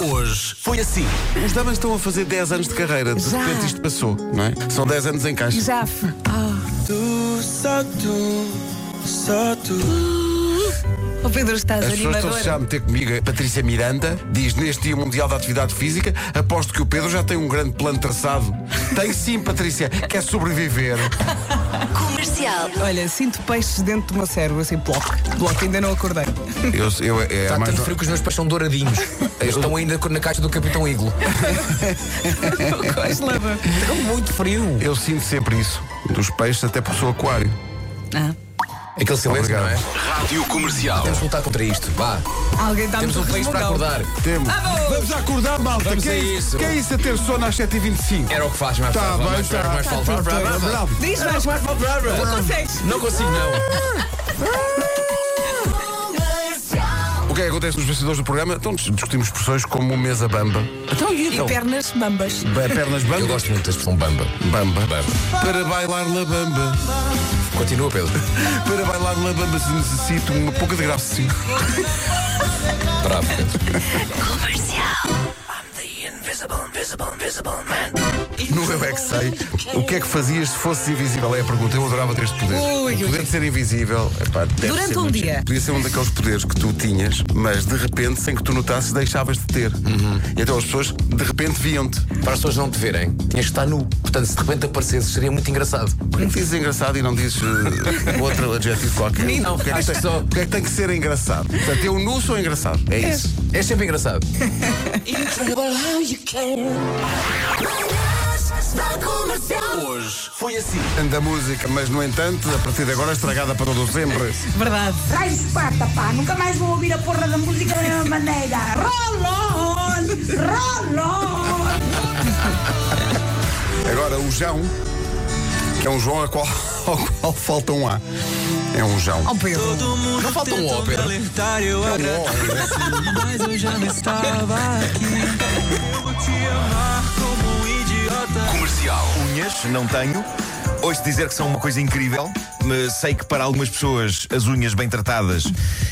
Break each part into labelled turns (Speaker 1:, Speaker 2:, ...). Speaker 1: Hoje foi assim. Os Damas estão a fazer 10 anos de carreira. De
Speaker 2: Já.
Speaker 1: repente isto passou, não é? São 10 anos em caixa.
Speaker 2: Já. f- Ah.
Speaker 3: Tu, só tu, só tu.
Speaker 2: O Pedro estás
Speaker 1: As pessoas
Speaker 2: animador.
Speaker 1: estão-se já a meter comigo. A Patrícia Miranda diz neste Dia Mundial da Atividade Física: aposto que o Pedro já tem um grande plano traçado. tem sim, Patrícia, quer sobreviver.
Speaker 4: Comercial.
Speaker 2: Olha, sinto peixes dentro do meu cérebro, assim, bloco. Bloco, ainda não acordei.
Speaker 1: Eu, eu, é
Speaker 2: Tá
Speaker 5: Está
Speaker 1: mais
Speaker 5: tanto
Speaker 1: no-
Speaker 5: Tá frio que os meus pés são douradinhos. Estão ainda na caixa do Capitão Iglo.
Speaker 2: Congelada.
Speaker 5: Está muito frio.
Speaker 1: eu sinto sempre isso. Dos peixes até porque sou aquário.
Speaker 2: Ah.
Speaker 5: Aquele silêncio, não
Speaker 1: Obrigado.
Speaker 5: é? Rádio Comercial. Temos que lutar contra isto. Vá.
Speaker 2: Alguém dá-me
Speaker 5: Temos um país para
Speaker 2: resmungão.
Speaker 5: acordar.
Speaker 1: Temos.
Speaker 2: Vamos!
Speaker 1: Vamos acordar, malta.
Speaker 5: Ah, Vamos
Speaker 1: que,
Speaker 5: a
Speaker 1: é
Speaker 5: isso.
Speaker 1: que é isso a ter sono às 7h25?
Speaker 5: Era o que faz, mas
Speaker 1: Tá bem,
Speaker 5: mais
Speaker 1: tá.
Speaker 5: mais
Speaker 1: Tá
Speaker 5: falta.
Speaker 1: tudo bem. Bravo.
Speaker 2: Diz mais, mais, não consegues.
Speaker 5: Não consigo, não.
Speaker 1: O que é que acontece nos vencedores do programa? Então dis- discutimos expressões como mesa bamba. Então, e
Speaker 2: E pernas bambas.
Speaker 1: Ba- Pernas
Speaker 5: Eu
Speaker 1: bamba.
Speaker 5: gosto muito da expressão bamba.
Speaker 1: Bamba.
Speaker 5: Bamba.
Speaker 1: Para bailar la bamba.
Speaker 5: Continua, Pedro.
Speaker 1: Para bailar la bamba se necessita uma pouca de graça.
Speaker 5: Bravo, Pedro.
Speaker 1: No eu é que sei. O que é que fazias se fosses invisível? É a pergunta. Eu adorava ter este poder.
Speaker 2: Ui,
Speaker 1: o
Speaker 2: ui,
Speaker 1: poder de ser invisível. epá, deve
Speaker 2: Durante
Speaker 1: ser
Speaker 2: um
Speaker 1: muito
Speaker 2: dia.
Speaker 1: giro. Podia ser um daqueles poderes que tu tinhas, mas de repente, sem que tu notasses, deixavas de ter. E então as pessoas de repente viam-te.
Speaker 5: Para as pessoas não te verem, tinhas que estar nu. Portanto, se de repente aparecesse, seria muito engraçado.
Speaker 1: Porquê que dizes engraçado e não dizes eh, outro adjetivo qualquer?
Speaker 5: Não,
Speaker 1: Porquê que
Speaker 5: acho
Speaker 1: tem-
Speaker 5: que só-
Speaker 1: Porquê que tem que ser engraçado? Portanto, eu nu sou engraçado. É isso.
Speaker 5: É sempre engraçado.
Speaker 4: Incredible how you care. Manhãs da comercial.
Speaker 1: Da assim. música, mas no entanto, a partir de agora, estragada para todo o sempre.
Speaker 2: Verdade.
Speaker 6: Ai, Esparta, pá, nunca mais vou ouvir a porra da música da mesma maneira. Roll on, roll on.
Speaker 1: Agora, o João, que é um João ao qual, ao qual falta um A. É um João.
Speaker 2: Ó Pedro.
Speaker 3: Todo mundo
Speaker 5: Não falta um
Speaker 3: tentou
Speaker 5: ó, Pedro.
Speaker 3: me alertar, eu agradeci, mas eu já não estava aqui. Eu vou te amar como um idiota.
Speaker 7: Unhas, não tenho. Hoje dizer que são uma coisa incrível. mas Sei que para algumas pessoas as unhas bem tratadas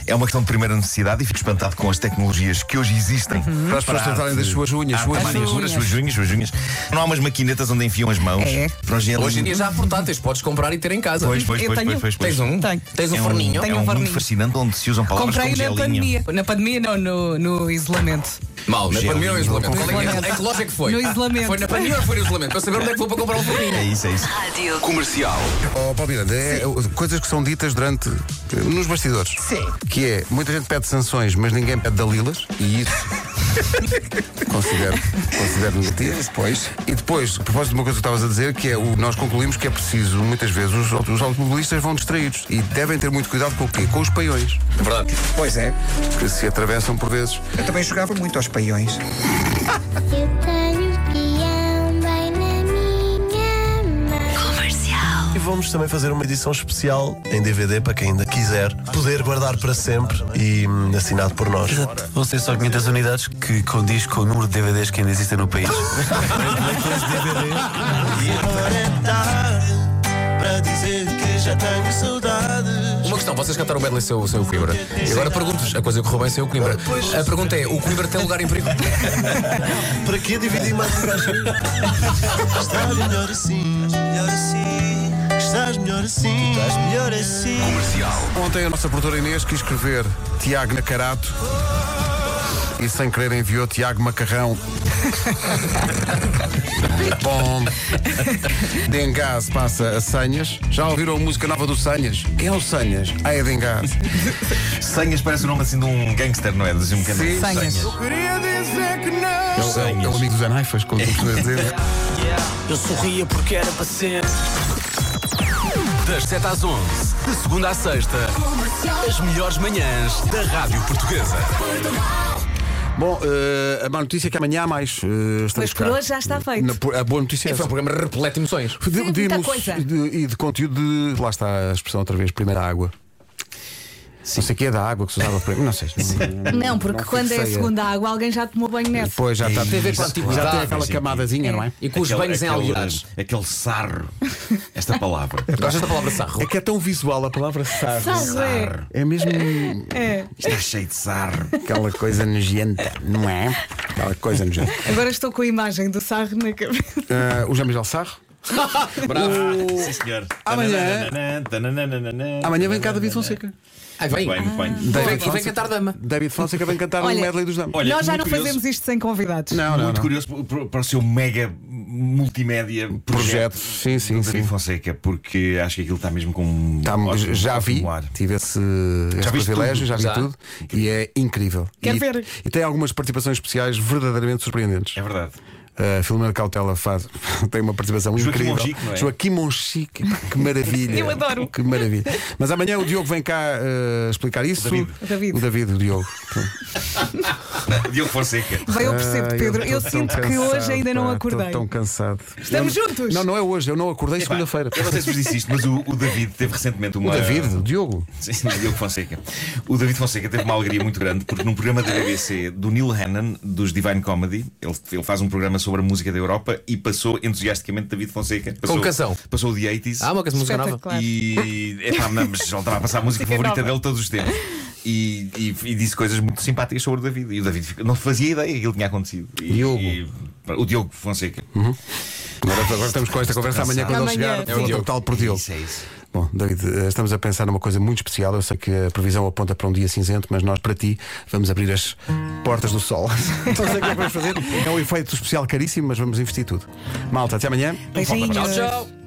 Speaker 7: é uma questão de primeira necessidade e fico espantado com as tecnologias que hoje existem.
Speaker 1: Para as pessoas
Speaker 7: a
Speaker 1: tratarem
Speaker 7: arte-
Speaker 1: das suas Uhum. unhas,
Speaker 7: a
Speaker 1: suas
Speaker 7: arte
Speaker 1: unhas.
Speaker 7: manicure, as suas unhas, suas unhas. Não há umas maquinetas onde enfiam as mãos.
Speaker 2: É.
Speaker 7: Para hoje é
Speaker 5: Hoje em dia já há portáteis, podes comprar e ter em casa.
Speaker 7: Pois, pois,
Speaker 2: Eu
Speaker 7: pois,
Speaker 2: tenho-
Speaker 7: pois, pois, pois.
Speaker 5: Tens um?
Speaker 2: Tenho.
Speaker 5: Tens um
Speaker 7: É um,
Speaker 5: forninho?
Speaker 2: Tenho
Speaker 7: é
Speaker 2: um
Speaker 7: um mundo
Speaker 2: forninho.
Speaker 7: fascinante onde se usam palavras
Speaker 2: Comprei
Speaker 7: como
Speaker 2: na
Speaker 7: gelinho.
Speaker 2: pandemia. Na pandemia não, no, no isolamento.
Speaker 5: Mal, na
Speaker 7: Gelo,
Speaker 5: pandemia ou em
Speaker 7: não
Speaker 5: isolamento? Qual é que-
Speaker 2: isolamento.
Speaker 5: é que loja que foi?
Speaker 2: No isolamento.
Speaker 5: Foi na pandemia ou foi no isolamento? Para saber onde é que vou para comprar um forninho.
Speaker 7: É isso, é isso.
Speaker 4: Rádio.
Speaker 1: Oh, Paulo Miranda, é uh, coisas que são ditas durante. nos bastidores.
Speaker 2: Sim.
Speaker 1: Que é, muita gente pede sanções, mas ninguém pede Dalilas, e isso. considero, considero negativo. Pois. E depois, a propósito de uma coisa que estavas a dizer, que é o, nós concluímos que é preciso, muitas vezes, os, auto- os automobilistas vão distraídos e devem ter muito cuidado com o quê? Com os paiões,
Speaker 5: Verdade.
Speaker 8: Pois é,
Speaker 1: que se atravessam por vezes.
Speaker 8: eu também jogava muito aos paiões.
Speaker 9: Eu tenho um peão bem na minha mão.
Speaker 4: Comercial.
Speaker 10: E vamos também fazer uma edição especial em DVD para quem ainda quiser poder guardar para sempre e hum, assinado por nós.
Speaker 11: Vão ser só 500 unidades que condiz com o número de DVDs que ainda existem no país.
Speaker 10: E agora é tarde para dizer que já tenho saudades.
Speaker 5: Uma questão, vocês cantaram Medley sem o, sem o Coimbra. E agora pergunto-vos, a coisa correu bem sem o Coimbra. A pergunta é: o Coimbra tem lugar em perigo?
Speaker 10: Para que dividir mais um gajo? Está melhor assim,
Speaker 3: Melhor assim,
Speaker 10: estás melhor assim.
Speaker 3: estás melhor assim.
Speaker 1: Ontem a nossa produtora Inês quis escrever Tiago Nacarato e sem querer enviou Tiago Macarrão. Bom, Dengás passa a Sanhas. Já ouviram a música nova do Sanhas? Quem é o Sanhas? Ah, é Dengás.
Speaker 7: Senhas parece o nome assim de um gangster, não é? De um bocadinho.
Speaker 1: Sim.
Speaker 2: Senhas.
Speaker 1: Queria dizer que não.
Speaker 7: Senhas.
Speaker 1: É o amigo dos Anaifas, como tu costumas dizer.
Speaker 3: Eu sorria porque era paciente.
Speaker 5: Das 7 às 11, de segunda à sexta, as melhores manhãs da Rádio Portuguesa.
Speaker 1: Bom, eh, a má notícia é que amanhã há mais. eh, estamos
Speaker 2: Mas por
Speaker 1: cá.
Speaker 2: hoje já está feito.
Speaker 1: Na- a boa notícia é
Speaker 5: E foi um
Speaker 1: essa.
Speaker 5: programa repleto de emoções.
Speaker 1: De,
Speaker 2: Sim, muita
Speaker 1: emo-
Speaker 2: coisa.
Speaker 1: de- e de conteúdo de. Lá está a expressão outra vez, primeira água. Não sei o que é da água que se usava para. Não sei.
Speaker 2: Não, porque quando é a
Speaker 1: fixei
Speaker 2: segunda água, alguém já tomou banho nessa.
Speaker 1: Depois já está.
Speaker 5: Tem a ver com a
Speaker 1: já
Speaker 5: antiguidade,
Speaker 1: tem aquela
Speaker 5: sim.
Speaker 1: camadazinha,
Speaker 5: É.
Speaker 1: não é?
Speaker 5: E com os
Speaker 7: Aquele-
Speaker 5: banhos em
Speaker 7: aquele-
Speaker 5: alviares.
Speaker 7: Aquele sarro. Esta palavra.
Speaker 5: Gosto da palavra sarro.
Speaker 1: É que é tão visual a palavra sarro.
Speaker 2: Sarro, é.
Speaker 1: É mesmo.
Speaker 2: É.
Speaker 1: Está cheio de sarro. Aquela coisa nojenta, não é? Aquela coisa nojenta.
Speaker 2: Agora estou com a imagem do sarro na cabeça.
Speaker 1: Ah, o Jean Miguel Sarro.
Speaker 7: Bravo.
Speaker 1: O-
Speaker 7: Sim, senhor.
Speaker 1: Amanhã- Amanhã vem cá David Fonseca.
Speaker 5: Ah, vem.
Speaker 7: Muito bem, muito bem.
Speaker 5: E vem cantar dama.
Speaker 1: David Fonseca vem cantar
Speaker 2: Olha,
Speaker 1: o É um medley dos damas.
Speaker 7: Olha,
Speaker 2: Nós já não
Speaker 7: muito
Speaker 2: fazemos isto sem convidados.
Speaker 7: muito curioso p- p- para o seu mega multimédia projeto,
Speaker 1: Projeto, sim, sim,
Speaker 7: do David
Speaker 1: sim.
Speaker 7: Fonseca, porque acho que aquilo está mesmo com
Speaker 1: Tá,
Speaker 7: ótimo-
Speaker 1: já vi,
Speaker 7: ótimo ar.
Speaker 1: tive esse, esse
Speaker 7: viste
Speaker 1: privilégio,
Speaker 7: tudo?
Speaker 1: já vi
Speaker 7: Já.
Speaker 1: tudo e é incrível.
Speaker 2: Quer
Speaker 1: e,
Speaker 2: ver?
Speaker 1: e tem algumas participações especiais verdadeiramente surpreendentes.
Speaker 7: É verdade.
Speaker 1: A Filomena Cautela faz, tem uma participação
Speaker 7: Joaquim
Speaker 1: incrível.
Speaker 7: Monchique, não é?
Speaker 1: Joaquim Monchique, pá, que maravilha.
Speaker 2: Eu adoro.
Speaker 1: Que maravilha. Mas amanhã o Diogo vem cá eh, explicar isso.
Speaker 7: David.
Speaker 2: O David.
Speaker 1: O David, o Diogo.
Speaker 7: Diogo Fonseca.
Speaker 2: Bem, eu percebo,
Speaker 1: Ai,
Speaker 2: Pedro. Eu,
Speaker 1: Ah, tô tão
Speaker 2: sinto que
Speaker 1: cansado,
Speaker 2: hoje ainda não
Speaker 1: pá,
Speaker 2: acordei.
Speaker 1: Estou tão cansado.
Speaker 2: Estamos
Speaker 1: Eu-
Speaker 2: juntos.
Speaker 1: Não, não é hoje. Eu não acordei
Speaker 7: Epá,
Speaker 1: segunda-feira.
Speaker 7: Eu não sei se vos disse isto, mas o, o David teve recentemente uma.
Speaker 1: O David, o Diogo.
Speaker 7: Sim, o Diogo Fonseca. O David Fonseca teve uma alegria muito grande porque num programa da BBC do Neil Hannon, dos Divine Comedy, ele, ele faz um programa sobre a música da Europa e passou entusiasticamente David Fonseca. Passou,
Speaker 5: canção?
Speaker 7: Passou o The 80s.
Speaker 5: Ah, uma canção música nova.
Speaker 2: Espetacular.
Speaker 7: E é pá, não, mas ele estava a passar a música
Speaker 2: Música
Speaker 7: favorita
Speaker 2: nova.
Speaker 7: dele todos os tempos. E, e- e disse coisas muito simpáticas sobre o David. E o David ficou- não fazia ideia que aquilo tinha acontecido. E,
Speaker 1: Diogo.
Speaker 7: e- o Diogo Fonseca.
Speaker 1: Agora, agora estamos com esta conversa amanhã quando ele
Speaker 2: Amanhã,
Speaker 1: chegar.
Speaker 2: sim.
Speaker 1: É o Diogo. tal por Diogo.
Speaker 7: Isso é isso.
Speaker 1: Bom, David, eh, estamos a pensar numa coisa muito especial. Eu sei que a previsão aponta para um dia cinzento, mas nós, para ti, vamos abrir as portas do sol. Não sei o que é que vamos fazer. É um efeito especial caríssimo, mas vamos investir tudo. Malta, até amanhã.
Speaker 2: Beijinhos.
Speaker 5: Tchau, tchau.